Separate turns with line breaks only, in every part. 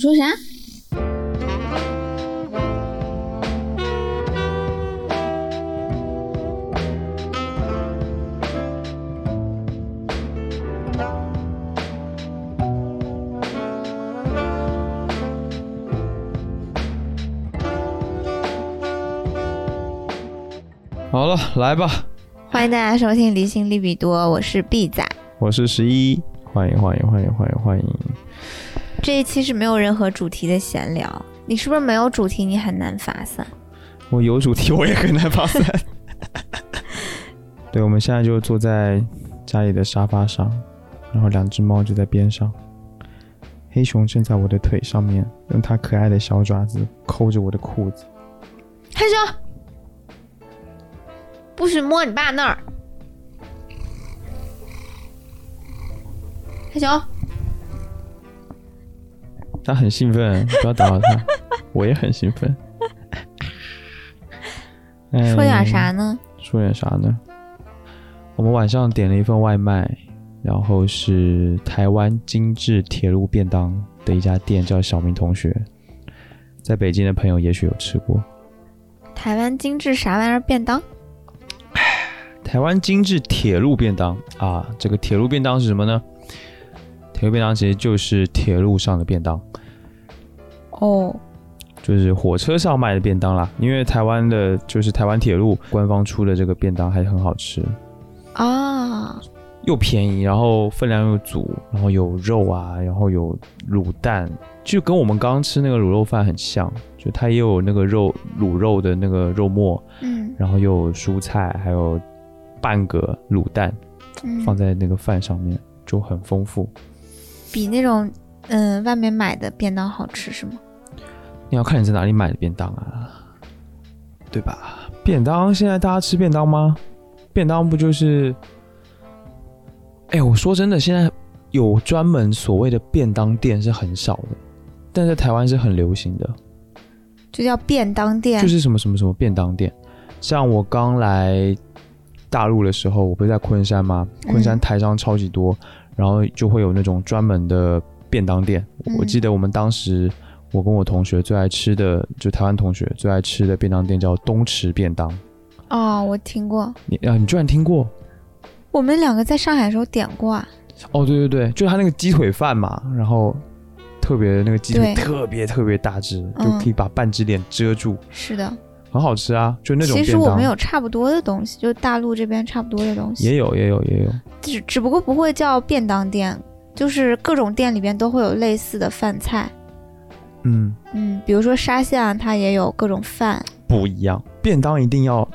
你说啥？
好了，来吧，
欢迎大家收听《离心利比多》，我是 B 仔。
我是十一，欢迎欢迎欢迎欢迎欢迎。
这一期是没有任何主题的闲聊，你是不是没有主题你很难发散？
我有主题，我也很 难发散。对，我们现在就坐在家里的沙发上，然后两只猫就在边上。黑熊正在我的腿上面，用它可爱的小爪子抠着我的裤子。
黑熊，不许摸你爸那儿！黑熊，
它很兴奋，不要打扰 它。我也很兴奋。哎
说点啥呢？
说点啥呢？我们晚上点了一份外卖，然后是台湾精致铁路便当的一家店，叫小明同学。在北京的朋友也许有吃过。
台湾精致啥玩意儿便当？
台湾精致铁路便当啊，这个铁路便当是什么呢？铁路便当其实就是铁路上的便当，
哦，
就是火车上卖的便当啦。因为台湾的，就是台湾铁路官方出的这个便当还很好吃，
啊，
又便宜，然后分量又足，然后有肉啊，然后有卤蛋，就跟我们刚刚吃那个卤肉饭很像，就它也有那个肉卤肉的那个肉末，
嗯
然后又有蔬菜，还有半个卤蛋
嗯，
放在那个饭上面，就很丰富。
比那种嗯外面买的便当好吃是吗？
你要看你在哪里买的便当啊，对吧？便当现在大家吃便当吗？便当不就是？哎，我说真的，现在有专门所谓的便当店是很少的，但在台湾是很流行的，
就叫便当店，
就是什么什么什么便当店。像我刚来大陆的时候，我不是在昆山吗？
嗯
昆山台商超级多，然后就会有那种专门的便当店。
嗯
我记得我们当时，我跟我同学最爱吃的，就台湾同学最爱吃的便当店叫东池便当。
哦，我听过，
你啊，你居然听过？
我们两个在上海的时候点过啊。
哦，对对对，就是他那个鸡腿饭嘛，然后特别那个鸡
对
腿特别特别大只，
嗯
就可以把半只脸遮住，
是的，
很好吃啊。就那种
其
便当
实我们有差不多的东西，就大陆这边差不多的东西，
也有也有也有，
只只不过不会叫便当店，就是各种店里边都会有类似的饭菜。
嗯。
嗯，比如说沙县，它也有各种饭
不一样。便当一定要，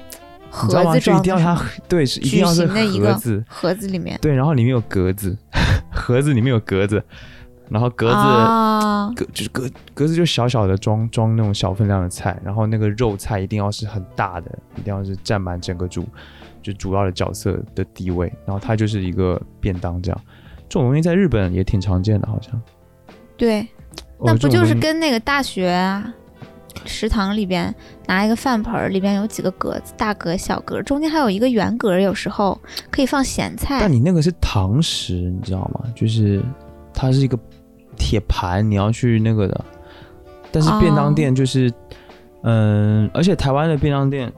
你知
盒
道吗？
子
就一
装
定
的
要
是吗，
它对，是一定要是
矩形的一个
盒子，
盒子里面。
对，然后里面有格子，盒子里面有格子，然后格子、
啊，
格就是格格子就小小的装装那种小分量的菜，然后那个肉菜一定要是很大的，一定要是占满整个主就主要的角色的地位，然后它就是一个便当这样。这种东西在日本也挺常见的，好像。
对，
哦
那不
这种
就是
东西
跟那个大学啊食堂里边拿一个饭盆儿，里边有几个格子，大格、小格，中间还有一个圆格，有时候可以放咸菜
但。你那个是堂食，你知道吗？就是它是一个铁盘，你要去那个的。但是便当店
哦
就是，嗯，而且台湾的便当店，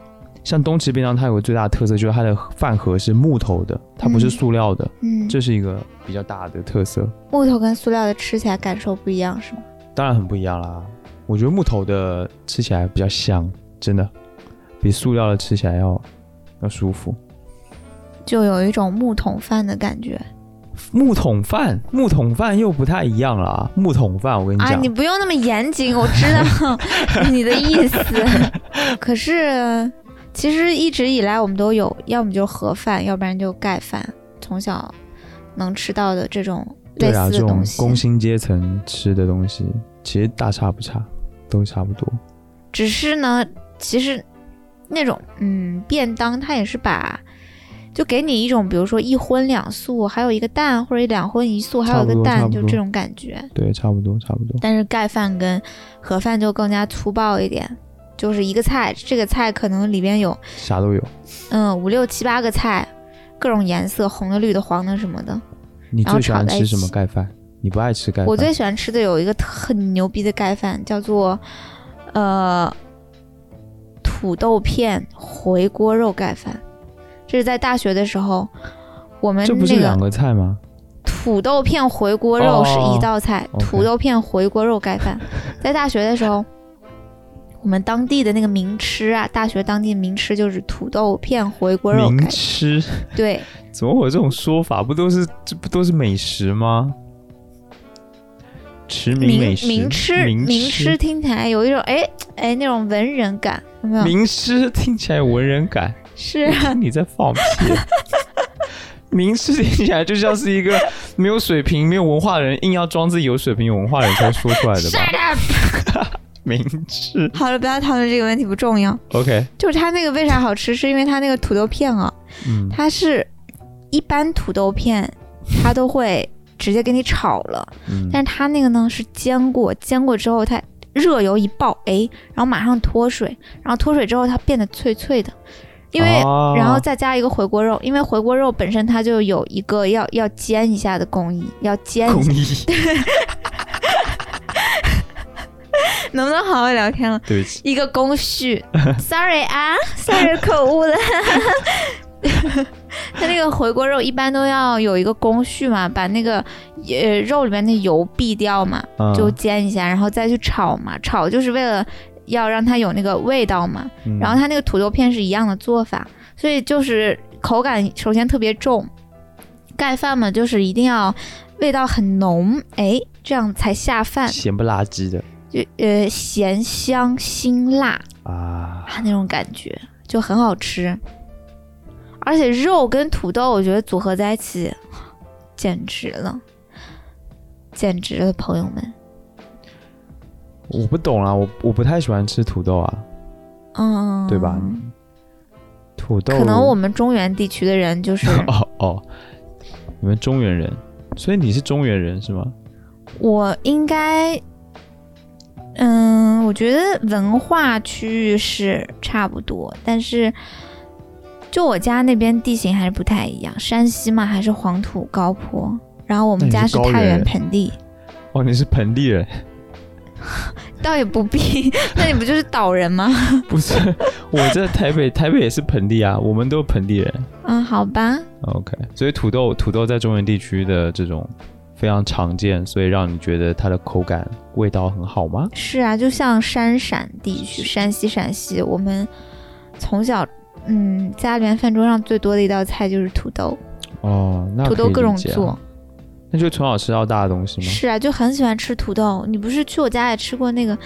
像东池便当，它有个最大的特色就是它的饭盒是木头的，它不是
嗯
塑料的，
嗯，
这是一个比较大的特色。
木头跟塑料的吃起来感受不一样，是吗？
当然很不一样啦，我觉得木头的吃起来比较香，真的比塑料的吃起来要要舒服。
就有一种木桶饭的感觉
木桶饭，木桶饭又不太一样了啊！木桶饭，我跟你
啊！
讲，
你不用那么严谨，我知 道你的意思。可是，呃其实一直以来我们都有，要么就盒饭，要不然就盖饭，从小能吃到的这种类
对啊，
似的
这种
东西，
工薪阶层吃的东西，其实大差不差，都差不多。
只是呢，其实那种嗯便当，它也是把。就给你一种，比如说一荤两素，还有一个蛋，或者两荤一素，还有一
差不
个
多差
蛋，
不
就
多
这种感觉。
对，差不多，差不多。
但是盖饭跟盒饭就更加粗暴一点，就是一个菜，这个菜可能里边有
啥都有。
嗯五六七八个菜，各种颜色，红的、绿的、黄的什么的。
你
然后
最喜欢
炒在
吃
一
什么
起
盖饭？你不爱吃盖饭？
我最喜欢吃的有一个很牛逼的盖饭，叫做呃土豆片回锅肉盖饭。这是在大学的时候，我们
这不是
那
两
个
个菜吗？
土豆片回锅肉是一道菜，
哦，OK
土豆片回锅肉盖饭。在大学的时候，我们当地的那个名吃啊，大学当地名吃就是土豆片回锅肉盖
名
饭。
吃
对，
怎么会有这种说法？不都是这不都是美食吗？驰 名美
名
食，
名吃
名
名吃
吃，
听起来有一种哎哎那种文人感，有没有？
名吃听起来有文人感。
是
我 听你在放屁。名师听起来就像是一个没有水平、没有文化的人，硬要装自己有水平、有文化的人才会说出来的
Shut
吧？
up！
名师
好了，不要讨论这个问题，不重要。
，OK，
就是它那个为啥好吃，是因为它那个土豆片啊，
嗯，
它是一般土豆片它都会直接给你炒了，
嗯
但是它那个呢是煎过，煎过之后它热油一爆，哎，然后马上脱水，然后脱水之后它变得脆脆的，因为、
哦
然后再加一个回锅肉，因为回锅肉本身它就有一个要要煎一下的工艺，要煎 一
公
下，
益，
能不能好好聊天了？
对不起，
一个工序。Sorry 啊，Sorry 口误了。 它那个回锅肉一般都要有一个工序嘛，把那个呃肉里面的油避掉嘛，
嗯
就煎一下，然后再去炒嘛，炒就是为了要让它有那个味道嘛。
嗯
然后它那个土豆片是一样的做法，所以就是口感首先特别重。盖饭嘛，就是一定要味道很浓，哎，这样才下饭，
咸不拉几的
就呃咸香辛辣，啊，
啊，
那种感觉就很好吃。而且肉跟土豆，我觉得组合在一起，简直了，简直了，朋友们。
我不懂啊啦，我我不太喜欢吃土豆啊，
嗯，
对吧？土豆
可能我们中原地区的人 就是
哦哦，你们中原人，所以你是中原人是吗？
我应该，嗯，我觉得文化区域是差不多，但是就我家那边地形还是不太一样。山西嘛，还是黄土高坡，然后我
那
们
你
家
是
是
高
太
原
原
人
盆地，
哦，你是盆地人，
倒也不必， 那你不就是岛人吗？
不是？我在台北，台北也是盆地啊，我们都是盆地人。
嗯，好吧，
OK，所以土豆土豆在中原地区的这种非常常见，所以让你觉得它的口感味道很好吗？
是啊，就像山陕地区，山西、陕西，我们从小，嗯，家里面饭桌上最多的一道菜就是土豆，
哦，那
土
可以
豆各
理
种
解啊
做，，
那就从小吃到大的东西吗？
是啊，就很喜欢吃土豆。你不是去我家也吃过那个，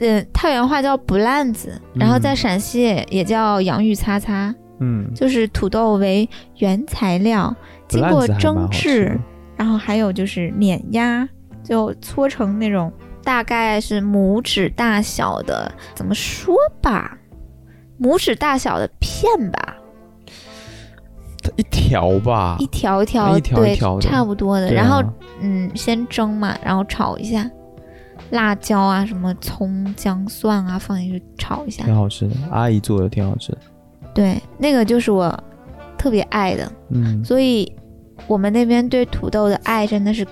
呃，太原话叫不烂子，然后在
嗯
陕西也也叫洋芋擦擦，
嗯，
就是土豆为原材料，经
烂
过
子还蛮
蒸
好吃
制
的，
然后还有就是碾压，就搓成那种大概是拇指大小的，怎么说吧，拇指大小的片吧，
它一条吧
一，条一条，
啊一条
对，
一条的
差不多的。
对啊
然后嗯，先蒸嘛，然后炒一下，辣椒啊，什么葱姜蒜啊，放进去炒一下。
挺好吃的，阿姨做的挺好吃的。
对，那个就是我特别爱的，
嗯，
所以我们那边对土豆的爱真的是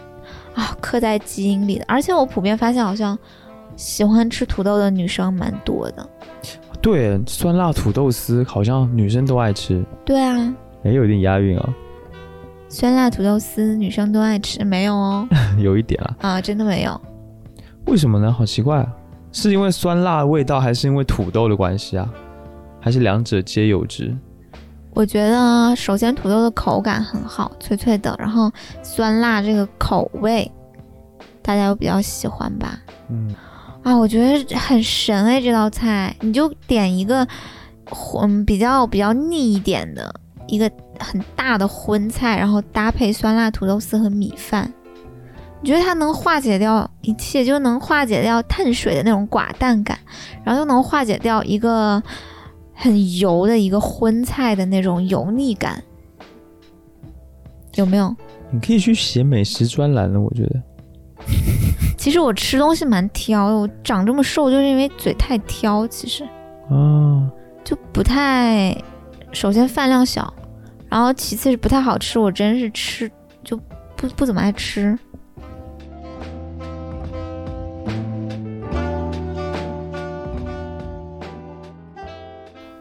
啊刻在基因里的。而且我普遍发现，好像喜欢吃土豆的女生蛮多的。
对，酸辣土豆丝好像女生都爱吃，
对啊，
哎，有点押韵啊，
酸辣土豆丝女生都爱吃，没有哦
有一点啊。
啊，真的没有。
为什么呢？好奇怪啊！是因为酸辣的味道，还是因为土豆的关系啊？还是两者皆有之？
我觉得首先土豆的口感很好，脆脆的，然后酸辣这个口味，大家都比较喜欢吧。
嗯，
啊，我觉得很神哎，这道菜你就点一个荤比较比较腻一点的一个很大的荤菜，然后搭配酸辣土豆丝和米饭，你觉得它能化解掉一切，就能化解掉碳水的那种寡淡感，然后又能化解掉一个很油的一个荤菜的那种油腻感，有没有？
你可以去写美食专栏了，我觉得。
其实我吃东西蛮挑的，我长这么瘦就是因为嘴太挑，其实。
啊，
就不太，首先饭量小，然后其次是不太好吃，我真是吃就不不怎么爱吃。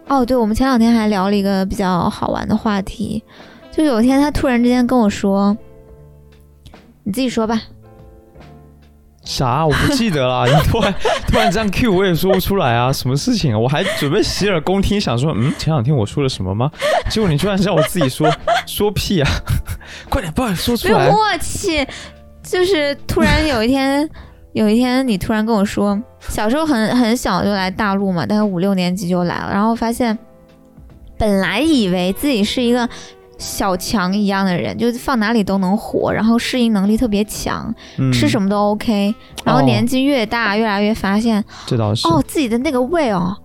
哦，对，我们前两天还聊了一个比较好玩的话题，就有一天他突然之间跟我说：“你自己说吧。
啊啥？我不记得了。 你突然突然这样 Q，我也说不出来啊，什么事情啊？我还准备洗耳恭听，想说，嗯，前两天我说了什么吗？结果你居然让我自己说 说屁啊！快点，把说”出
没有
来。
默契，就是突然有一天，有一天你突然跟我说，小时候很很小就来大陆嘛，大概五六年级就来了，然后发现本来以为自己是一个小强一样的人，就是放哪里都能活，然后适应能力特别强，
嗯，
吃什
么？
么都 OK，然后年纪越大，越来越发现
这倒是、
哦，自己的那个味哦，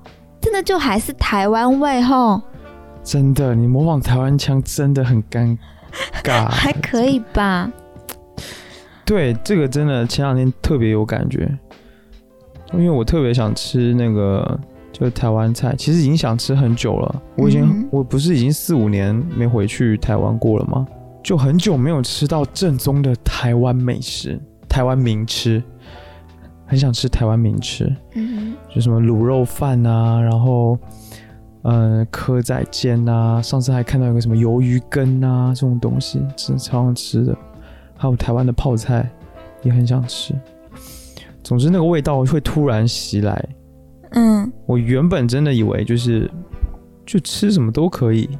真的就还是台湾味哦，
真的，你模仿台湾腔真的很尴尬。
还可以吧？
对，这个真的前两天特别有感觉，因为我特别想吃那个就是台湾菜，其实已经想吃很久了。我已经、
嗯
我不是已经四五年没回去台湾过了吗？就很久没有吃到正宗的台湾美食，台湾名吃，很想吃台湾名吃，
嗯
就什么卤肉饭啊，然后。嗯，蚵仔煎啊，上次还看到有个什么鱿鱼羹啊，这种东西真的超想吃的。还有台湾的泡菜，也很想吃。总之，那个味道会突然袭来。
嗯，
我原本真的以为就是就吃什么都可以，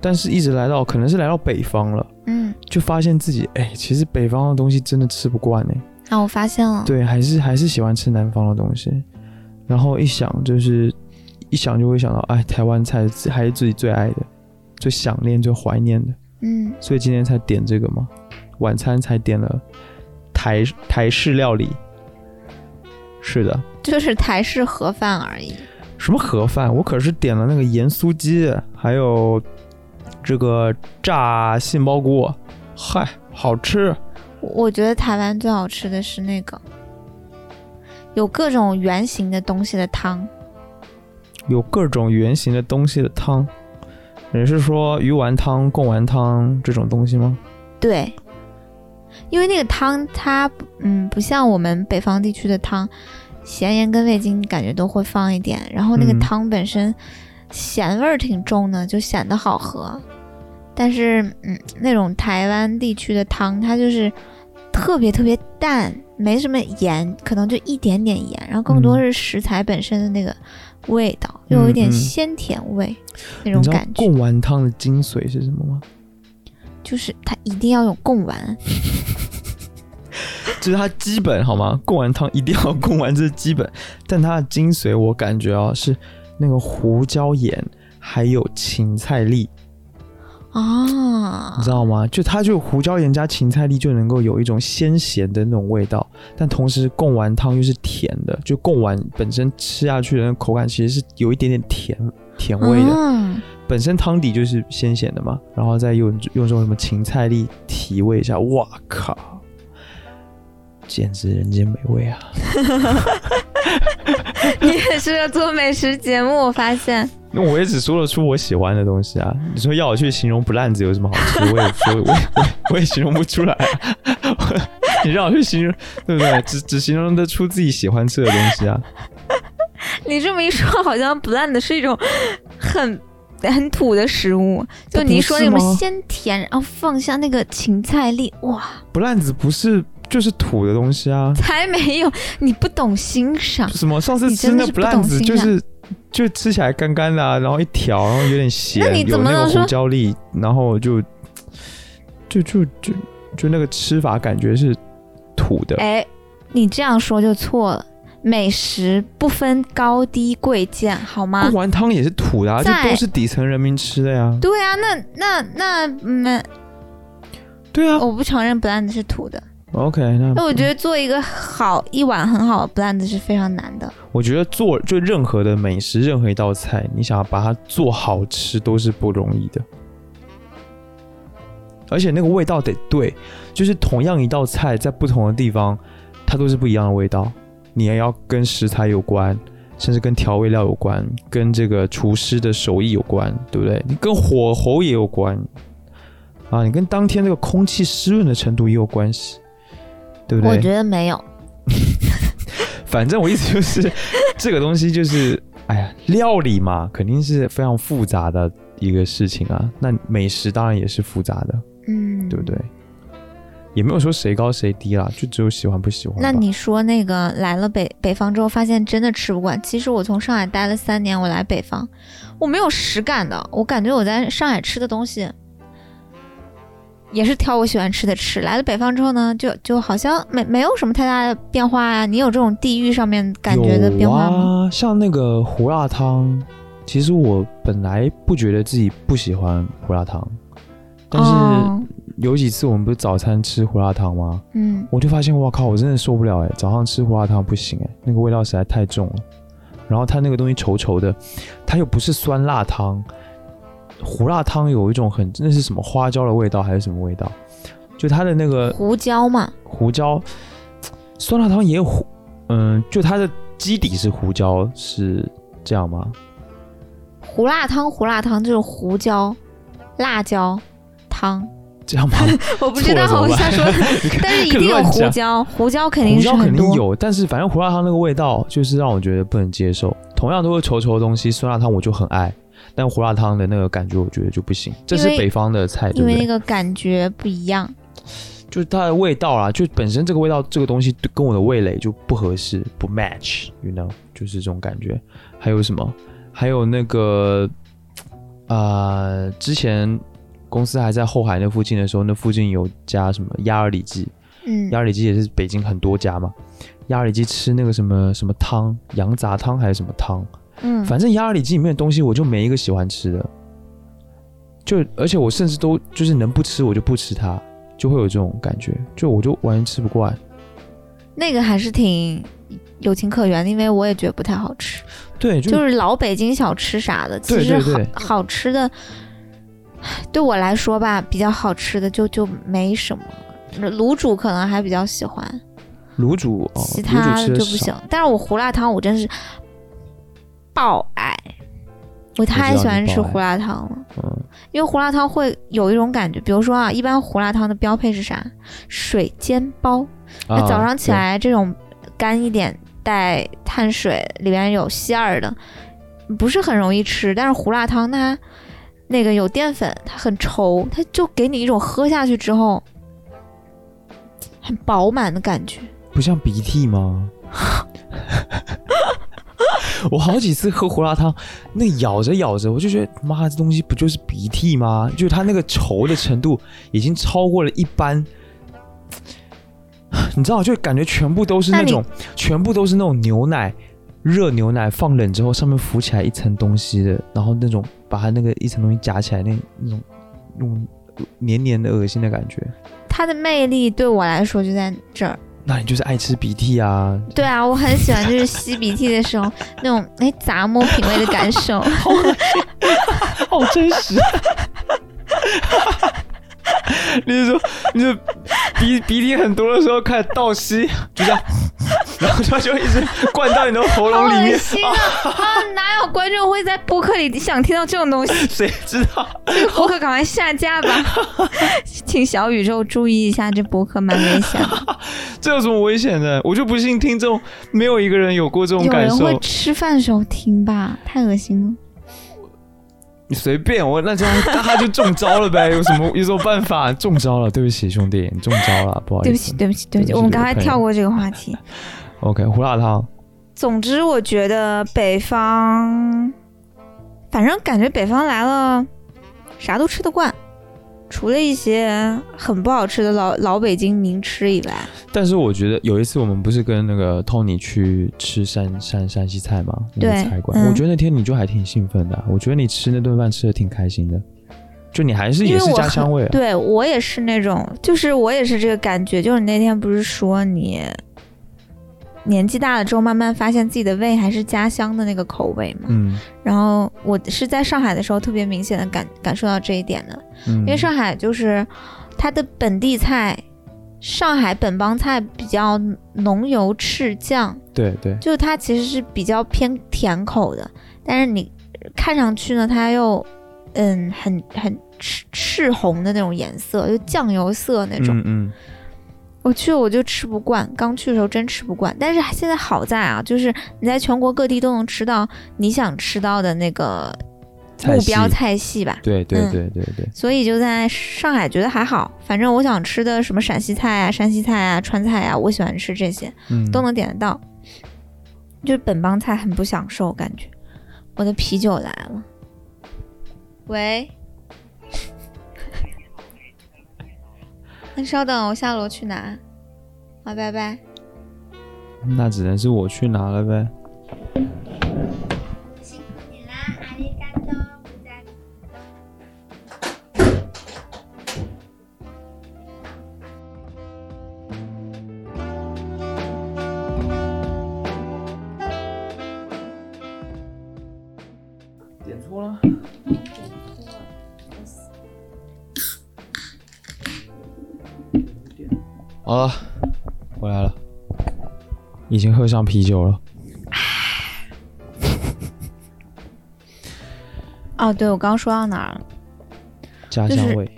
但是一直来到可能是来到北方了，
嗯，
就发现自己哎、其实北方的东西真的吃不惯哎、
啊，我发现了，
对，还是还是喜欢吃南方的东西。然后一想就是一想就会想到，哎，台湾菜是还是自己最爱的、最想念、最怀念的。
嗯
所以今天才点这个嘛，晚餐才点了台台式料理。是的，
就是台式盒饭而已。
什么盒饭？我可是点了那个盐酥鸡，还有这个炸杏鲍菇，嗨，好吃。
我我觉得台湾最好吃的是那个有各种圆形的东西的汤，
有各种圆形的东西的汤，你是说鱼丸汤、贡丸汤这种东西吗？
对。因为那个汤它，嗯，不像我们北方地区的汤，咸盐跟味精感觉都会放一点，然后那个
嗯
汤本身咸味儿挺重的，就显得好喝。但是，嗯，那种台湾地区的汤，它就是特别特别淡，没什么盐，可能就一点点盐，然后更多
嗯
是食材本身的那个味道，
嗯
又有一点
嗯
鲜甜味、那
你
种
知道
感觉，
贡丸汤的精髓是什么吗？
就是它一定要有贡丸。
这是它基本好吗？贡丸汤一定要贡丸，这是基本。但它的精髓，我感觉啊，是那个胡椒盐还有芹菜粒，
啊，
你知道吗？就它就胡椒盐加芹菜粒就能够有一种鲜咸的那种味道，但同时贡丸汤又是甜的，就贡丸本身吃下去的那口感其实是有一点点甜甜味的。
嗯
本身汤底就是鲜咸的嘛，然后再用用这种什么芹菜粒提味一下，哇靠，简直人间美味啊！
你也是要做美食节目，我发现。
那我也只说得出我喜欢的东西啊，你说要我去形容不烂子有什么好吃，我也说我也我也我也形容不出来、你让我去形容，对不对？只只形容得出自己喜欢吃的东西啊。
你这么一说，好像不烂的是一种很很土的食物。就你一说那
它不是
种
吗
鲜甜，然后放下那个芹菜粒，哇，
不烂子不是就是土的东西啊，
才没有！你不懂欣赏，
什么上次
你
吃
真的
那
是不
不烂
懂啊
子
欣
就
赏
是就吃起来干干的、啊，然后一条，然后有点咸，
那你怎
有
么
那
能
个
说
胡椒粒，然后就就就就就那个吃法感觉是土的，
哎，你这样说就错了。美食不分高低贵贱，好吗
贡？丸汤也是土的、啊，这
在
都是底层人民吃的呀。
对啊，那那那嗯，
对啊
我不承认不烂的是土的。
，OK，那
哦那我觉得做一个好一碗很好的不烂的是非常难的。
我觉得做就任何的美食，任何一道菜，你想要把它做好吃都是不容易的，而且那个味道得对，就是同样一道菜在不同的地方，它都是不一样的味道，你也要跟食材有关。甚至跟调味料有关，跟这个厨师的手艺有关，对不对？你跟火候也有关，啊，你跟当天这个空气湿润的程度也有关系，对不对？
我觉得没有。
反正我意思就是，这个东西就是，哎呀，料理嘛，肯定是非常复杂的一个事情啊。那美食当然也是复杂的，
嗯，
对不对？也没有说谁高谁低啦，就只有喜欢不喜欢吧。
那你说那个来了北北方之后，发现真的吃不惯。其实我从上海待了三年，我来北方，我没有实感的。我感觉我在上海吃的东西，也是挑我喜欢吃的吃。来了北方之后呢，就就好像没没有什么太大的变化呀、你有这种地域上面感觉的变化吗？
有啊，像那个胡辣汤，其实我本来不觉得自己不喜欢胡辣汤，但是
哦
有几次我们不是早餐吃胡辣汤吗？
嗯，
我就发现，哇靠，我真的受不了哎！早上吃胡辣汤不行哎，那个味道实在太重了。然后它那个东西稠稠的，它又不是酸辣汤，胡辣汤有一种很那是什么花椒的味道还是什么味道？就它的那个
胡椒嘛，
胡椒，酸辣汤也有胡，嗯，就它的基底是胡椒，是这样吗？
胡辣汤，胡辣汤就是胡椒、辣椒汤，
这样吗？
我不知道
错了
我
怎么
瞎
办
说， 但是一定有
乱
胡
讲
椒，胡椒肯定
胡
是
椒
很
肯定
多。
有，但是反正胡辣汤那个味道就是让我觉得不能接受。同样都是稠稠的东西，酸辣汤我就很爱，但胡辣汤的那个感觉我觉得就不行。这是
因为
北方的菜，对
因
不
为
对？
那个感觉不一样。
就是它的味道啦，就本身这个味道这个东西对跟我的味蕾就不合适，不 match，you know，就是这种感觉。还有什么？还有那个，呃，之前公司还在后海那附近的时候，那附近有家什么鸭儿里脊，
嗯
鸭儿里脊也是北京很多家嘛。鸭儿里脊吃那个什么什么汤，羊杂汤还是什么汤，
嗯，
反正鸭儿里脊里面的东西我就没一个喜欢吃的，就而且我甚至都就是能不吃我就不吃它，就会有这种感觉，就我就完全吃不惯。
那个还是挺有情可原的，因为我也觉得不太好吃，
对，就、
就是老北京小吃啥的，其
对
实
对
好
对
好吃的，对我来说吧，比较好吃的就就没什么。卤煮可能还比较喜欢，
卤煮，哦、
其
卤
他
煮
的
吃
就
得
不
少
行。但是我胡辣汤我真是爆爱，我太喜欢吃胡辣汤了。
嗯，
因为胡辣汤会有一种感觉，比如说啊，一般胡辣汤的标配是啥？水煎包。那
啊
早上起
对
来这种干一点带碳水，里面有馅儿的，不是很容易吃。但是胡辣汤它那个有淀粉，它很稠，它就给你一种喝下去之后很饱满的感觉。
不像鼻涕吗？ 我好几次喝胡辣汤，那咬着咬着，我就觉得妈，这东西不就是鼻涕吗？就是它那个稠的程度已经超过了一般， 你知道，就感觉全部都是
那
那
你
种，全部都是那种牛奶，热牛奶放冷之后，上面浮起来一层东西的，然后那种把它那个一层东西夹起来，那那种那种黏黏的恶心的感觉。
它的魅力对我来说就在这儿。
那你就是爱吃鼻涕啊，
对啊，我很喜欢，就是吸鼻涕的时候那种哎咂摸品味的感受。
好真实。 你是说，你是鼻鼻涕很多的时候开始倒吸，就这样，然后它就一直灌到你的喉
好
咙里
恶
面，
心啊！啊，哪有观众会在播客里想听到这种东西？
谁知道？
这个博客赶快下架 吧，请小宇宙注意一下，这博客蛮危险 的。
这有什么危险的？我就不信听众没有一个人有过这种
有
感
人会
受。
吃饭时候听吧，太恶心了。
你随便我，那这样那他就中招了呗？有什么有什么办法？中招了，对不起兄弟，你中招了，不好
对
意
不
思
起，。对不起，对不起，
对不起
我们赶快
我看
跳过这个话题。
OK，胡辣汤，
总之，我觉得北方，反正感觉北方来了，啥都吃得惯，除了一些很不好吃的老老北京名吃以外，
但是我觉得有一次我们不是跟那个 Tony 去吃山山山西菜吗？那个
对
菜馆，
嗯
我觉得那天你就还挺兴奋的啊、我觉得你吃那顿饭吃的挺开心的，就你还是
因为
也是
我
家
很
乡味啊。
对我也是那种，就是我也是这个感觉，就是你那天不是说你年纪大了之后，慢慢发现自己的胃还是家乡的那个口味嘛。
嗯
然后我是在上海的时候特别明显的感感受到这一点的，
嗯，
因为上海就是它的本地菜，上海本帮菜比较浓油赤酱，
对对，
就是它其实是比较偏甜口的，但是你看上去呢，它又嗯很很赤赤红的那种颜色，就酱油色那种。
嗯嗯，
我去我就吃不惯，刚去的时候真吃不惯。但是现在好在啊，就是你在全国各地都能吃到你想吃到的那个目标
菜
菜系吧
系，。对对
嗯
对对对，
所以就在上海觉得还好，反正我想吃的什么陕西菜啊、山西菜啊、川菜啊，我喜欢吃这些
嗯，
都能点得到。就是本帮菜很不享受，感觉我的啤酒来了。喂， 那稍等，我下楼去拿。好，拜拜。
那只能是我去拿了呗。
辛苦你啦，阿里嘎多，不在。
点错了。好了，回来了，已经喝上啤酒了。
哦，对，我刚说到哪儿了？
家
就是
乡味，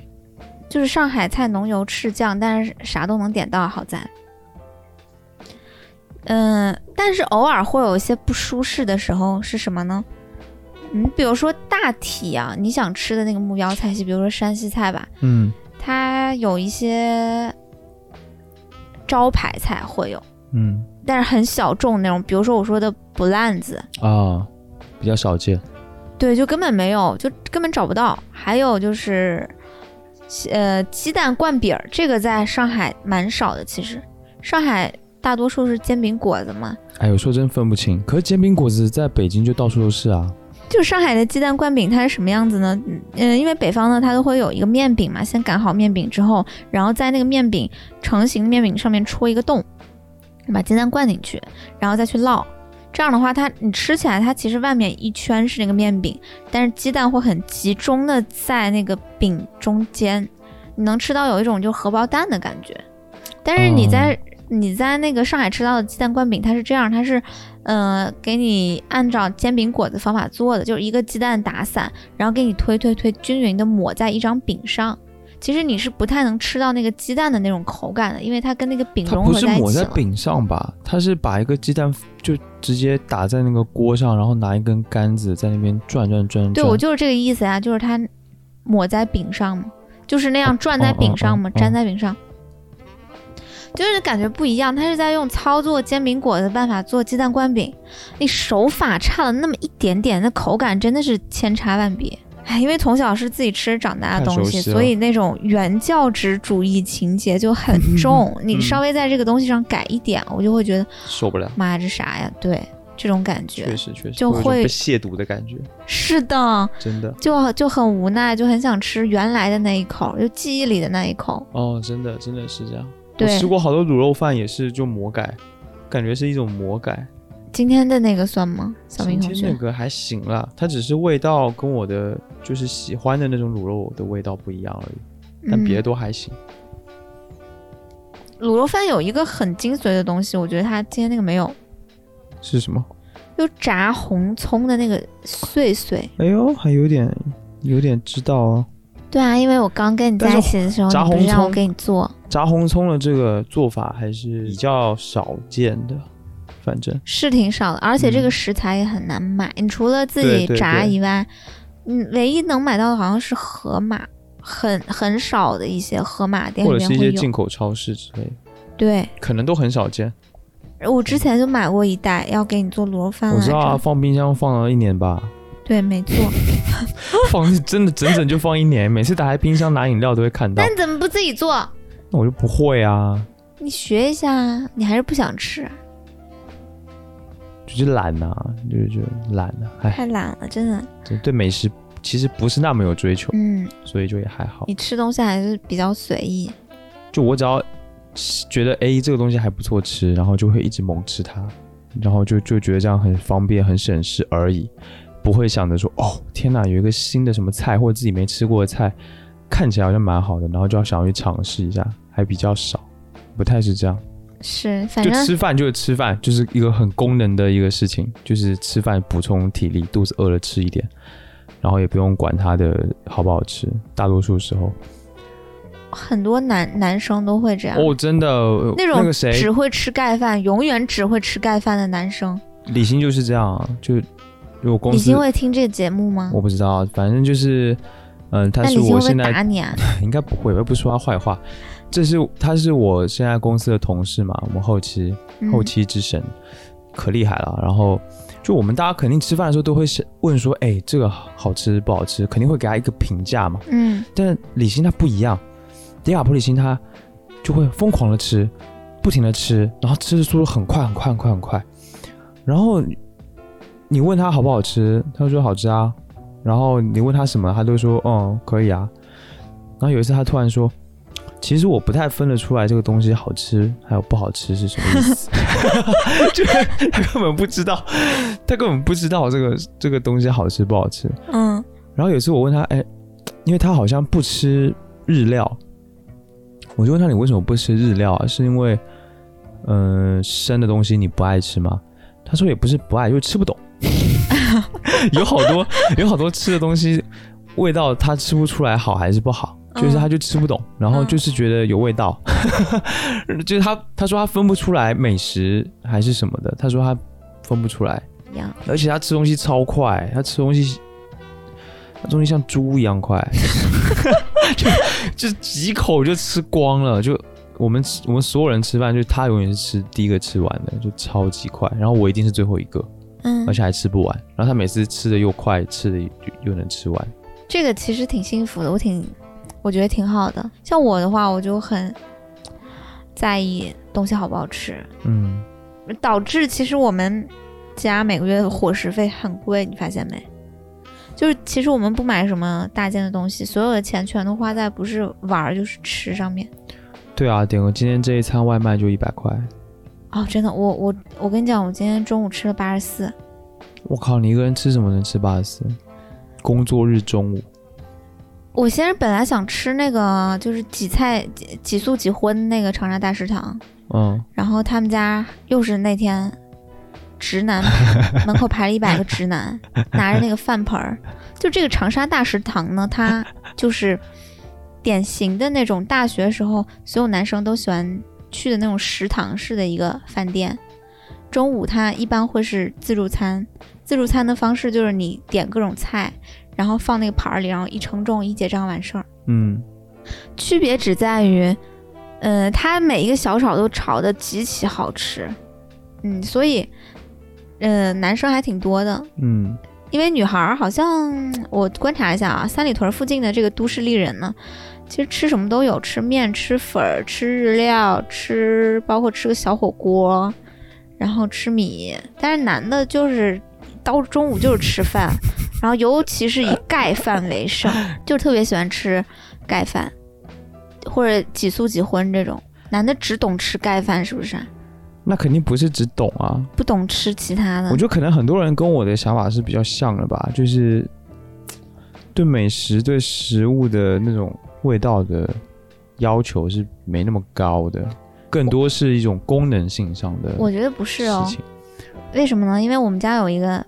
就是上海菜浓油赤酱，但是啥都能点到，好在。嗯，但是偶尔会有一些不舒适的时候是什么呢？嗯，比如说大体啊，你想吃的那个目标菜系，比如说山西菜吧，
嗯
它有一些招牌菜会有，
嗯
但是很小众那种，比如说我说的不烂子，
啊，比较少见。
对，就根本没有，就根本找不到。还有就是，呃，鸡蛋灌饼儿，这个在上海蛮少的。其实上海大多数是煎饼果子嘛，
哎呦，说真分不清。可是煎饼果子在北京就到处都是啊。
就上海的鸡蛋灌饼它是什么样子呢？嗯、呃因为北方呢，它都会有一个面饼嘛，先擀好面饼之后，然后在那个面饼成型的面饼上面戳一个洞，把鸡蛋灌进去，然后再去烙。这样的话，它你吃起来，它其实外面一圈是那个面饼，但是鸡蛋会很集中的在那个饼中间，你能吃到有一种就荷包蛋的感觉。但是你在、你在那个上海吃到的鸡蛋灌饼，它是这样，它是，呃，给你按照煎饼果子方法做的，就是一个鸡蛋打散，然后给你推推推，均匀的抹在一张饼上。其实你是不太能吃到那个鸡蛋的那种口感的，因为它跟那个饼
它
融
不
合
是
在一
抹
起哦
在
了。
饼上吧？它是把一个鸡蛋就直接打在那个锅上，然后拿一根杆子在那边转转转转。
对我就是这个意思啊，就是它抹在饼上嘛，就是那样转在饼上嘛，
哦哦哦哦
粘在饼上，就是感觉不一样。它是在用操作煎饼果子的办法做鸡蛋灌饼，你手法差了那么一点点，那口感真的是千差万别。哎，因为从小是自己吃长大的
太
东
熟
西，
悉了
所以那种原教旨主义情节就 很重。你
嗯
稍微在这个东西上改一点，我就会觉得
受不了，
妈呀，这啥呀？对，这种感觉
确实确实
就
有一种
会
被亵渎的感觉，
是的。
真的
就就很无奈，就很想吃原来的那一口，就记忆里的那一口。
哦，真的真的是这样。我
对
吃过好多卤肉饭，也是就魔改，感觉是一种魔改。
今天的那个算吗，小明
今
同
天那
学？
个还行啦，它只是味道跟我的就是喜欢的那种卤肉的味道不一样而已，但别的都还行。
嗯、卤肉饭有一个很精髓的东西，我觉得他今天那个没有，
是什么？
就炸红葱的那个碎碎。
哎呦，还有点有点知道哦。
对啊，因为我刚跟你在一起的时候，
但
你
是
不是让
炸
我
红葱
给你做？
炸红葱的这个做法还是比较少见的，反正
是挺少的，而且这个
嗯
食材也很难买。你除了自己
对对
炸
对
以外，嗯，唯一能买到的好像是盒马，很很少的一些盒马店
或
里面
者是一些
会有。
进口超市之类的，
对，
可能都很少见。
我之前就买过一袋，要给你做卤肉饭
我
来
知
着。
道啊，嗯放冰箱放了一年吧，
对，没错。
放真的整整就放一年，每次打开冰箱拿饮料都会看到
但。你怎么不自己做？
那我就不会啊，
你学一下啊！你还是不想吃，
就是懒呐、就是觉得懒呐、哎，
太懒了，真的。
这对美食其实不是那么有追求，
嗯，
所以就也还好。
你吃东西还是比较随意。
就我只要吃觉得哎这个东西还不错吃，然后就会一直猛吃它，然后就就觉得这样很方便很省事而已，不会想着说哦天哪有一个新的什么菜或者自己没吃过的菜，看起来好像蛮好的，然后就要想要去尝试一下，还比较少，不太是这样。
是，反
就
正
吃饭就是吃饭，就是一个很功能的一个事情，就是吃饭补充体力，肚子饿了吃一点，然后也不用管它的好不好吃，大多数时候。
很多男男生都会这样，
哦，真的，呃
啊那种
个谁
只，会吃盖饭，永远只会吃盖饭的男生。
李欣就是这样啊，就就我公
李
司
欣，会听这个节目吗？
我不知道，反正就是，嗯，他
那
是
李欣
我
会
现
不
在
会打你啊？
应该不会，我又不说他坏话。这是他是我现在公司的同事嘛，我们后期
嗯
后期之神、可厉害了。然后就我们大家肯定吃饭的时候都会是问说，哎，这个好吃不好吃，肯定会给他一个评价嘛。
嗯，
但李欣他不一样，迪卡普里欣他就会疯狂的吃，不停的吃，然后吃的速度很快很快很快很快。然后你你问他好不好吃，他说好吃啊。然后你问他什么，他都说嗯可以啊。然后有一次他突然说，其实我不太分得出来这个东西好吃还有不好吃是什么意思， 就是他根本不知道，他根本不知道这个这个东西好吃不好吃。
嗯，
然后有一次我问他，哎，因为他好像不吃日料，我就问他你为什么不吃日料啊？是因为，嗯、生的东西你不爱吃吗？他说也不是不爱，就是吃不懂。 有好多有好多吃的东西，味道他吃不出来好还是不好，就是他就吃不懂，然后就是觉得有味道， 就是他他说他分不出来美食还是什么的，他说他分不出来。
一样。
而且他吃东西超快，他吃东西， 他吃东西像猪一样快， 就就几口就吃光了。就我们吃我们所有人吃饭，就他永远是吃第一个吃完的，就超级快。然后我一定是最后一个，
嗯
而，且还吃不完。然后他每次吃的又快，吃的又又能吃完。
这个其实挺幸福的，我挺，我觉得挺好的。像我的话，我就很在意东西好不好吃，
嗯，
导致其实我们家每个月的伙食费很贵，你发现没？就是其实我们不买什么大件的东西，所有的钱全都花在不是玩儿就是吃上面。
对啊，点个今天这一餐外卖就一百块。
哦，真的，我我我跟你讲，我今天中午吃了八十四，
我靠，你一个人吃什么能吃八十四？工作日中午，
我先是本来想吃那个就是几菜几几素几荤那个长沙大食堂，
嗯，
然后他们家又是那天直男门口排了一百个直男，拿着那个饭盆儿。就这个长沙大食堂呢，它就是典型的那种大学时候所有男生都喜欢去的那种食堂式的一个饭店。中午它一般会是自助餐，自助餐的方式就是你点各种菜，然后放那个盘儿里，然后一称重一结账完事儿。
嗯，
区别只在于，呃，它每一个小炒都炒的极其好吃，嗯，所以，呃，男生还挺多的，
嗯，
因为女孩儿好像我观察一下啊，三里屯附近的这个都市丽人呢，其实吃什么都有，吃面、吃粉儿、吃日料、吃包括吃个小火锅，然后吃米，但是男的就是到中午就是吃饭，然后尤其是以盖饭为盛，就是特别喜欢吃盖饭或者几素几荤这种。男的只懂吃盖饭是不是啊？
那肯定不是只懂啊，
不懂吃其他的
我。觉得可能很多人跟我的想法是比较像的吧，就是对美食、对食物的那种味道的要求是没那么高的，更多是一种功能性上的
我觉得不是
事
哦，
情。
为什么呢？因为我们家有一个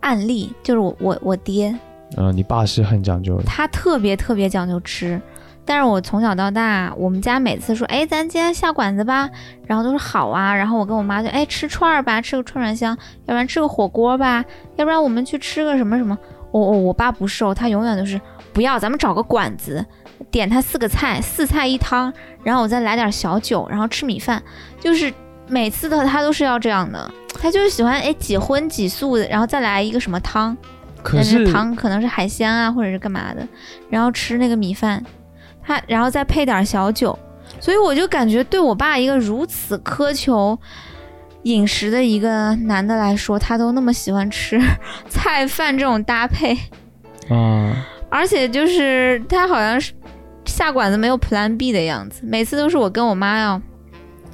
案例，就是我我我爹，
嗯、你爸是很讲究的，
他特别特别讲究吃，但是我从小到大，我们家每次说，哎，咱今天下馆子吧，然后都说好啊，然后我跟我妈就，哎，吃串儿吧，吃个串串香，要不然吃个火锅吧，要不然我们去吃个什么什么。我我我爸不瘦，他永远都是不要，咱们找个馆子，点他四个菜，四菜一汤，然后我再来点小酒，然后吃米饭，就是每次的他都是要这样的，他就是喜欢哎几荤几素的，然后再来一个什么汤，
可
但
是
是汤可能是海鲜啊，或者是干嘛的，然后吃那个米饭，他然后再配点小酒，所以我就感觉对我爸一个如此苛求饮食的一个男的来说，他都那么喜欢吃 菜饭这种搭配，
啊、
而且就是他好像是下馆子没有 Plan B 的样子，每次都是我跟我妈要，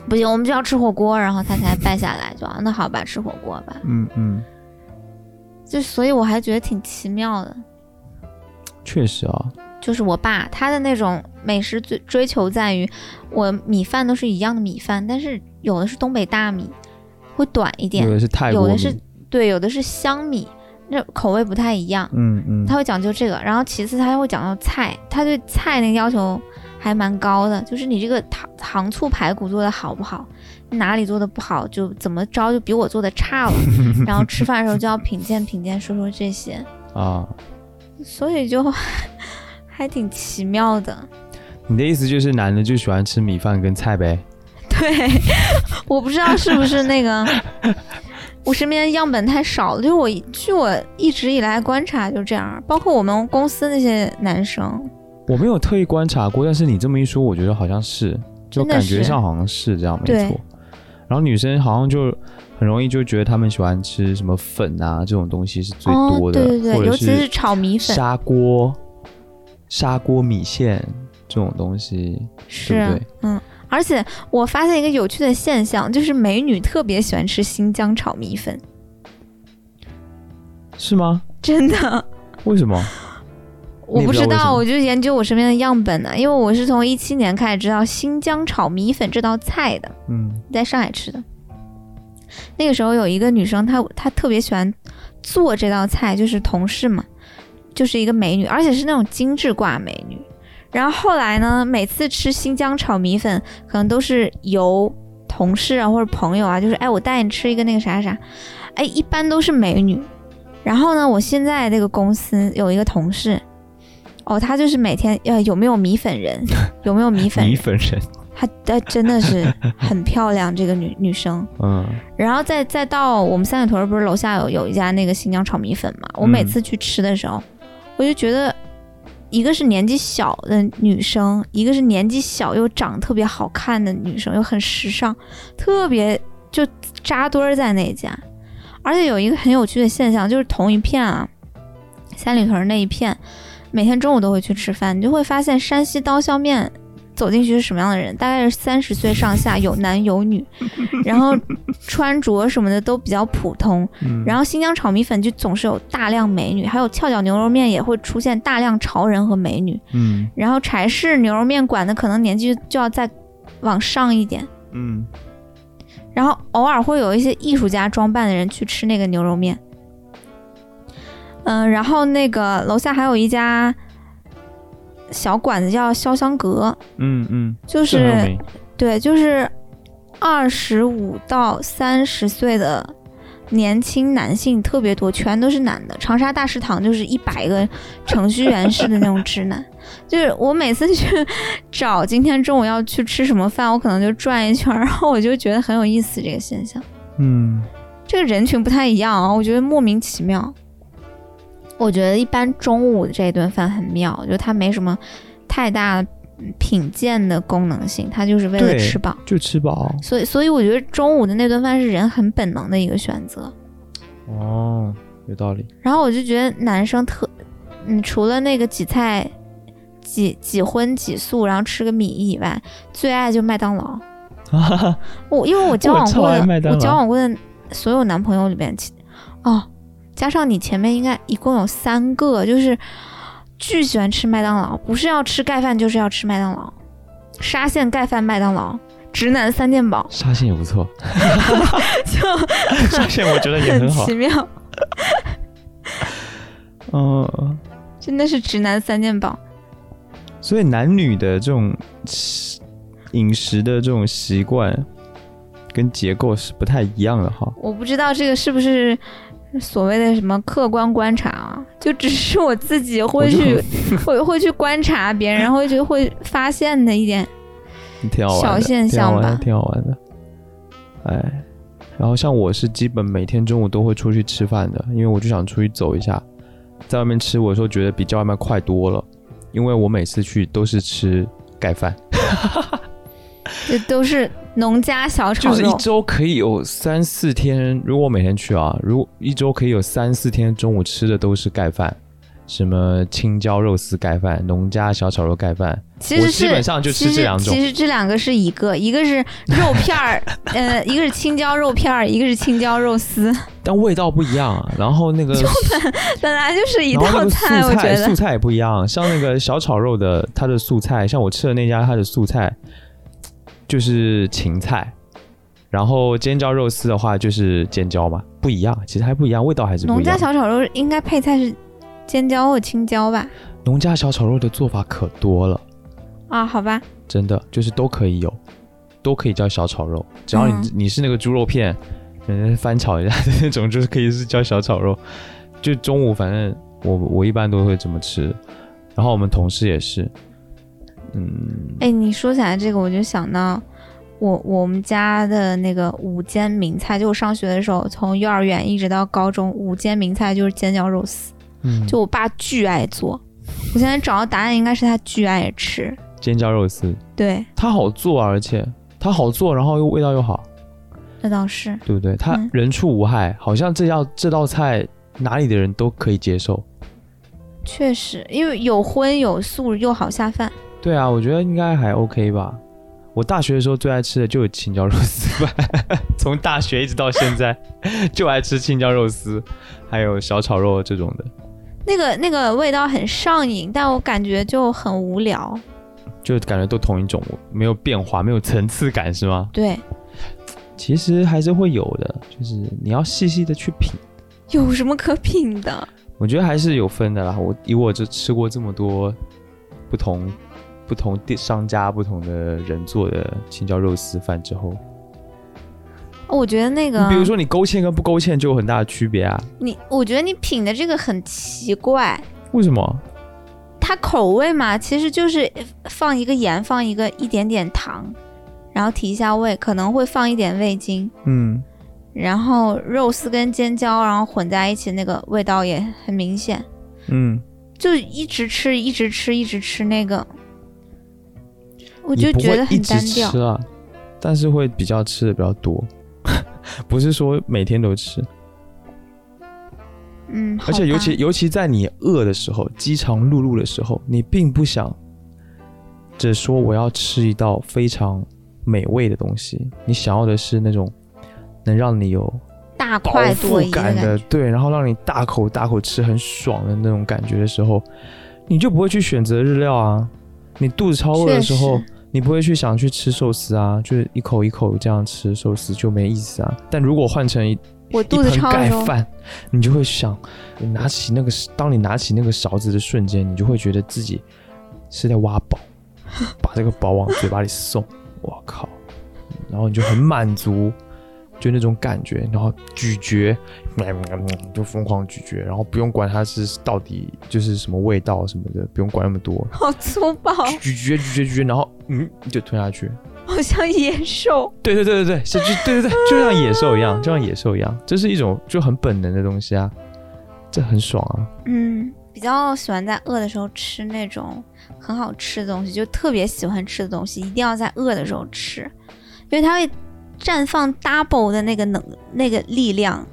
不行，我们就要吃火锅，然后他才 败下来，就啊那好吧，吃火锅吧，
嗯嗯，
就所以我还觉得挺奇妙的。
确实啊，
就是我爸他的那种美食追追求在于，我米饭都是一样的米饭，但是有的是东北大米，会短一
有
点，
的是泰
有
国
的
米，
是对，有的是香米，那口味不太一样，
嗯嗯
他会讲究这个。然后其次他会讲究菜，他对菜那个要求还蛮高的，就是你这个糖糖醋排骨做的好不好，哪里做的不好就怎么着就比我做的差了，然后吃饭的时候就要品鉴品鉴，说说这些，
啊。
所以就 还挺奇妙的。
你的意思就是男的就喜欢吃米饭跟菜呗？
对，我不知道是不是那 个，我身边样本太少了。就是我据我一直以来观察就这样，包括我们公司那些男生，
我没有特意观察过，但是你这么一说，我觉得好像是，就
真的
感觉
是
上好像是这样，没
对
错。然后女生好像就很容易就觉得她们喜欢吃什么粉啊这种东西是最
哦，
多的，
对对对，
或
尤
者
其是炒米粉，
砂锅、砂锅米线这种东西，
是
对不对？
嗯。而且我发现一个有趣的现象，就是美女特别喜欢吃新疆炒米粉，
是吗？
真的。
为什么？
我
你不
不
知
知
道为什么
道，我就研究我身边的样本呢，因为我是从一七年开始知道新疆炒米粉这道菜的。
嗯，
在上海吃的。那个时候有一个女生，她她特别喜欢做这道菜，就是同事嘛，就是一个美女，而且是那种精致挂美女。然后后来呢，每次吃新疆炒米粉，可能都是由同事啊或者朋友啊，就是哎，我带你吃一个那个啥啥，哎，一般都是美女。然后呢，我现在这个公司有一个同事，哦，他就是每天呃有没有米粉人，有没有米粉人
米，粉人，
她她真的是很漂亮，这个女女生。
嗯，
然后再再到我们三里屯儿不是楼下有有一家那个新疆炒米粉嘛？我每
嗯
次去吃的时候，我就觉得，一个是年纪小的女生，一个是年纪小又长得特别好看的女生，又很时尚，特别就扎堆儿在那家。而且有一个很有趣的现象，就是同一片啊，三里屯儿那一片，每天中午都会去吃饭，你就会发现山西刀削面走进去是什么样的人，大概是三十岁上下，有男有女， 然后穿着什么的都比较普通。
嗯
然后新疆炒米粉就总是有大量美女，还有跷脚牛肉面也会出现大量潮人和美女。
嗯
然后柴氏牛肉面馆的可能年纪就要再往上一点，
嗯，
然后偶尔会有一些艺术家装扮的人去吃那个牛肉面。嗯，然后那个楼下还有一家小馆子叫潇湘阁，
嗯嗯，
就
这很有
是
名
对，就是二十五到三十岁的年轻男性特别多，全都是男的。长沙大食堂就是一百个程序员式的那种直男， 就是我每次去找今天中午要去吃什么饭，我可能就转一圈儿，然后我就觉得很有意思这个现象。
嗯，
这个人群不太一样啊，我觉得莫名其妙。我觉得一般中午的这一顿饭很妙，就它没什么太大嗯品鉴的功能性，它就是为了
对
吃饱。
就吃饱
所以，所以我觉得中午的那顿饭是人很本能的一个选择。
哦，有道理。
然后我就觉得男生特，嗯，除了那个几菜几几荤几素，然后吃个米以外，最爱就麦当 劳。我因为我交
我
往
超
过的
爱麦当
我交
劳
往过的所有男朋友里边，其哦，加上你前面应该一共有三个，就是巨喜欢吃麦当劳，不是要吃盖饭就是要吃麦当劳，沙县盖饭麦当劳，直男三件宝，
沙县也不错，
就
沙县我觉得也
很
很好
奇。妙，
嗯，
真的是直男三件宝。
所以男女的这种吃饮食的这种习惯跟结构是不太一样的哈。
我不知道这个是不是所谓的什么客观观察啊，就只是我自己会
我就
去会会去观察别人，然后就会发现的一点。
挺 好玩的，
小现
挺好
象
玩的
吧
挺好玩的。哎，然后像我是基本每天中午都会出去吃饭的，因为我就想出去走一下。在外面吃，我有时候觉得比叫外卖快多了，因为我每次去都是吃盖饭，
这都是农家小炒
就是一
肉，
周可以有三四天，如果每天去啊，如果一周可以有三四天中午吃的都是盖饭，什么青椒肉丝盖饭、农家小炒肉盖饭，
其实
我
是
基本上就吃
其实
这两种
其实这两个是一个，一个是肉片儿， 呃，一个是青椒肉片儿，一个是青椒肉丝，
但味道不一样啊。然后那个
本来就是一
然后那
道
个
菜，
素
我觉
菜
得
素菜也不一样，像那个小炒肉的，它的素菜，像我吃的那家，它的素菜就是芹菜，然后尖椒肉丝的话就是尖椒嘛，不一样，其实还不一样，味道还是不
农
一样
家。小炒肉应该配菜是尖椒或青椒吧？
农家小炒肉的做法可多了，
啊，好吧，
真的就是都可以有，都可以叫小炒肉，只要你、
嗯
你是那个猪肉片，人家翻炒一下的那种，就是可以是叫小炒肉。就中午反正我我一般都会这么吃，然后我们同事也是，嗯，
哎，你说起来这个，我就想到我我们家的那个午间名菜，就我上学的时候，从幼儿园一直到高中，午间名菜就是尖椒肉丝，
嗯
就我爸巨爱做。我现在找到答案应该是他巨爱吃，
尖椒肉丝，
对，
它好做啊，而且它好做，然后又味道又好，
那倒是。
对不对？它
嗯
人畜无害，好像这道这道菜哪里的人都可以接受。
确实，因为有荤有素又好下饭。
对啊，我觉得应该还 OK 吧。我大学的时候最爱吃的就是青椒肉丝饭， 从大学一直到现在就爱吃青椒肉丝，还有小炒肉这种的，
那个那个味道很上瘾，但我感觉就很无聊。
就感觉都同一种，没有变化，没有层次感，是吗？
对，
其实还是会有的，就是你要细细的去品。
有什么可品的？
我觉得还是有分的啦。我以我这吃过这么多不同不同店商家、不同的人做的青椒肉丝饭之后，
哦我觉得那个，
你比如说你勾芡跟不勾芡就有很大的区别啊。
你，我觉得你品的这个很奇怪。
为什么？
它口味嘛，其实就是放一个盐，放一个一点点糖，然后提一下味，可能会放一点味精，
嗯，
然后肉丝跟尖椒，然后混在一起，那个味道也很明显。
嗯，
就一直吃，一直吃，一直吃那个，我
我
就觉得很单调
吃。啊，但是会比较吃的比较多， 不是说每天都吃。
嗯，
而
好吧
且尤其尤其在你饿的时候，饥肠辘辘的时候，你并不想只说我要吃一道非常美味的东西，你想要的是那种能让你有
大
饱
快朵
腹
颐
感
感
的，
觉。
对，然后让你大口大口吃很爽的那种感觉的时候，你就不会去选择日料啊。你肚子超饿的时候
确，
你不会去想去吃寿司啊，就是一口一口这样吃寿司就没意思啊。但如果换成一
我
一
肚子
盆
超
盖
肉，
饭，你就会想，你拿起那个，当你拿起那个勺子的瞬间，你就会觉得自己是在挖宝，把这个宝往嘴巴里送，我靠，然后你就很满足，就那种感觉，然后咀嚼，就疯狂咀嚼，然后不用管它是到底就是什么味道什么的，不用管那么多，
好粗暴，
咀嚼咀嚼咀嚼，然后嗯就吞下去，
好像野兽。
对对对对对，是就对 对对，就像野兽一样，就像野兽一样，这是一种就很本能的东西啊，这很爽啊。
嗯，比较喜欢在饿的时候吃那种很好吃的东西，就特别喜欢吃的东西，一定要在饿的时候吃，因为它会绽放 double 的那个能那个力量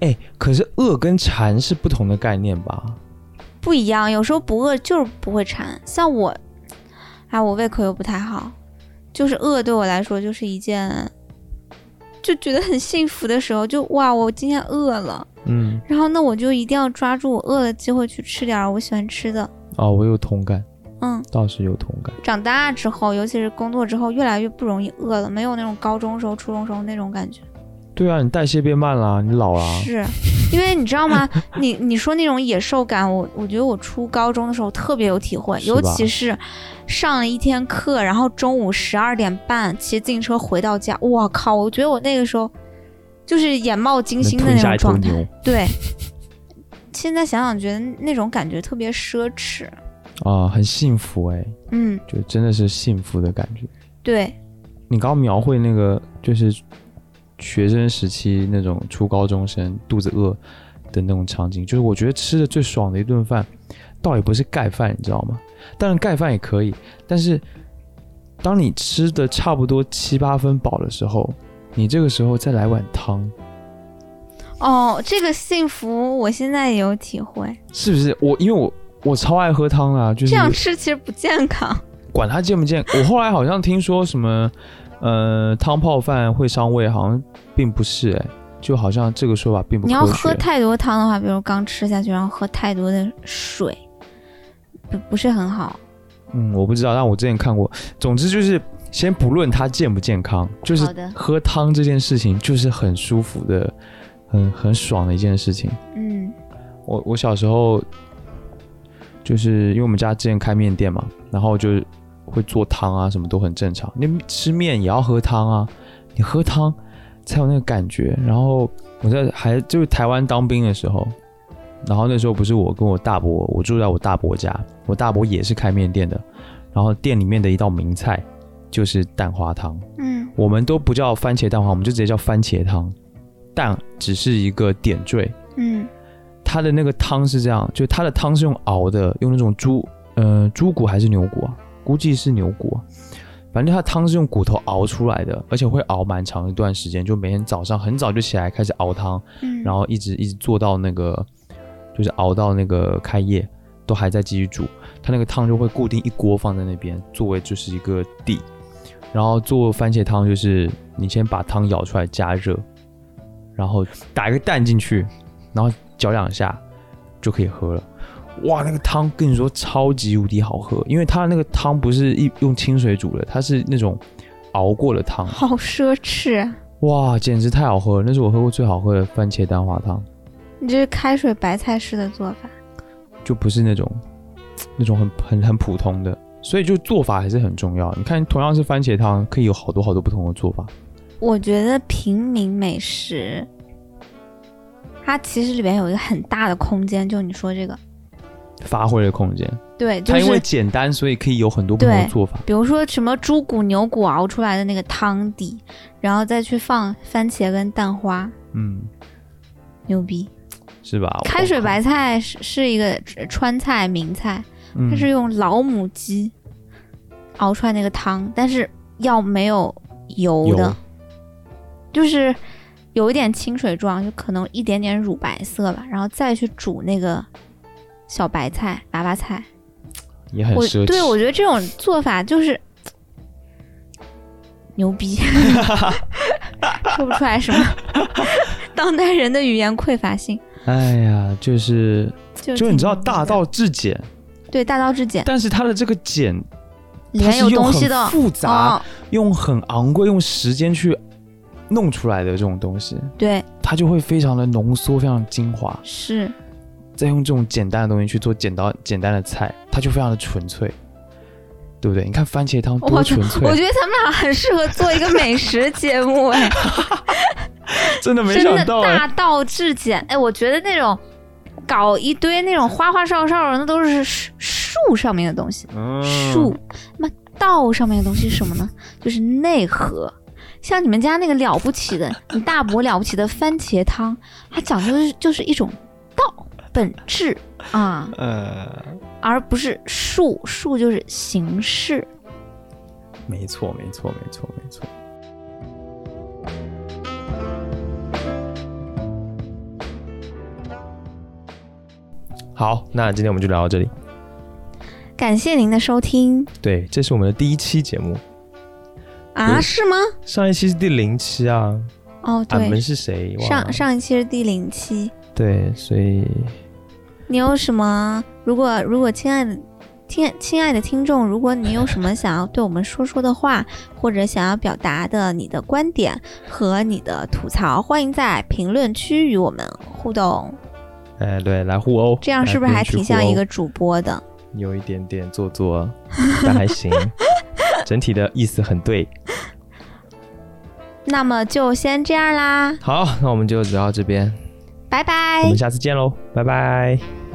哎，可是饿跟馋是不同的概念吧？
不一样。有时候不饿就是不会馋，像我，哎，我胃口又不太好，就是饿对我来说就是一件。就觉得很幸福的时候，就哇，我今天饿了，
嗯，
然后那我就一定要抓住我饿的机会去吃点儿我喜欢吃的。
哦，我有同感，
嗯，
倒是有同感。
长大之后，尤其是工作之后，越来越不容易饿了，没有那种高中时候、初中时候那种感觉。
对啊，你代谢变慢啦，你老啦。
是，因为你知道吗？你你说那种野兽感，我我觉得我初高中的时候特别有体会，
是吧
尤其是上了一天课，然后中午十二点半骑自行车回到家，我靠！我觉得我那个时候就是眼冒金
能
星的
吞
那种
下一头
状态。
牛
对，现在想想觉得那种感觉特别奢侈。
啊、很幸福哎、
嗯，
就真的是幸福的感觉。
对，
你刚刚描绘那个就是学生时期那种初高中生肚子饿的那种场景，就是我觉得吃的最爽的一顿饭，倒也不是盖饭，你知道吗？当然盖饭也可以，但是当你吃的差不多七八分饱的时候，你这个时候再来碗汤，
哦，这个幸福我现在也有体会。
是不是？我因为我我超爱喝汤啊，就是
这样吃其实不健康。
管它健不健，我后来好像听说什么，呃，汤泡饭会伤胃，好像并不是哎、就好像这个说法并不
你要
科
喝
学。
太多汤的话，比如刚吃下去，然后喝太多的水，不不是很好。
嗯，我不知道，但我之前看过。总之就是，先不论它健不健康，就是
好的
喝汤这件事情就是很舒服的，很很爽的一件事情。
嗯
我我小时候就是因为我们家之前开面店嘛，然后就是会做汤啊，什么都很正常。你吃面也要喝汤啊，你喝汤才有那个感觉。然后我在还就是台湾当兵的时候，然后那时候不是我跟我大伯，我住在我大伯家，我大伯也是开面店的，然后店里面的一道名菜就是蛋花汤。
嗯
我们都不叫番茄蛋花，我们就直接叫番茄汤，蛋只是一个点缀。
嗯
它的那个汤是这样，就它的汤是用熬的，用那种猪，呃，猪骨还是牛骨啊？估计是牛骨啊。反正它汤是用骨头熬出来的，而且会熬蛮长一段时间，就每天早上很早就起来开始熬汤，
嗯，
然后一直一直做到那个，就是熬到那个开业，都还在继续煮。它那个汤就会固定一锅放在那边，作为就是一个底。然后做番茄汤就是你先把汤舀出来加热，然后打一个蛋进去，然后搅两下就可以喝了。哇，那个汤跟你说超级无敌好喝，因为它那个汤不是一用清水煮的，它是那种熬过的汤。
好奢侈啊，
哇，简直太好喝了！那是我喝过最好喝的番茄蛋花汤。
你这是开水白菜式的做法。
就不是那种那种很很很普通的，所以就做法还是很重要。你看，同样是番茄汤，可以有好多好多不同的做法。
我觉得平民美食，它其实里边有一个很大的空间，就你说这个，
发挥的空间，
对，就
它因为
是
简单，所以可以有很多不同的
对
做法。
比如说什么猪骨、牛骨熬出来的那个汤底，然后再去放番茄跟蛋花，
嗯，
牛逼！
是吧？
开水白菜是是一个川菜名菜，
嗯，
它是用老母鸡熬出来那个汤，但是要没有油的，
油
就是有一点清水状，就可能一点点乳白色吧，然后再去煮那个小白菜、娃娃菜。
也很
我
奢侈。
对我觉得这种做法就是牛 逼，说不出来什么。当代人的语言匮乏性，
哎呀，就是
就
就
挺
你知道
牛逼的
大道至简，
对大道至简，
但是它的这个简，
里
它
面
是
有
用
东
很
西的
复杂、
哦，
用很昂贵、用时间去弄出来的这种东西，
对，
它就会非常的浓缩，非常精华。
是
再用这种简单的东西去做简单简单的菜，它就非常的纯粹，对不对？你看番茄汤多
我觉
纯
得
粹
我，觉得咱们俩很适合做一个美食节目，哎，
真的 没
真的
想到、哎
大道至简，哎，我觉得那种搞一堆那种花花哨哨的，那都是树树上面的东西，
嗯
树，那么道上面的东西是什么呢？就是内核。像你们家那个了不起的，你大伯了不起的番茄汤，它讲究的是就是一种道本质啊，
呃，
而不是术，术就是形式。
没错，没错，没错，没错。好，那今天我们就聊到这里。
感谢您的收听
对，这是我们的第一期节目，
啊，
嗯
是吗？
上一期是第零期啊。
哦，
俺们
对，
是谁？忘了
上上一期是第零期，
对，所以
你有什么？如果如果亲爱的。亲亲爱的听众，如果你有什么想要对我们说说的话， 或者想要表达的你的观点和你的吐槽，欢迎在评论区与我们互动。
哎，对，来互殴，
这样是不是
来
还
去
挺
互
像一
殴
个主播的？
有一点点做作， 但还行，整体的意思很对。
那么就先这样啦，
好，那我们就聊到这边，
拜拜
我。们下次见喽，
拜
拜拜。
拜。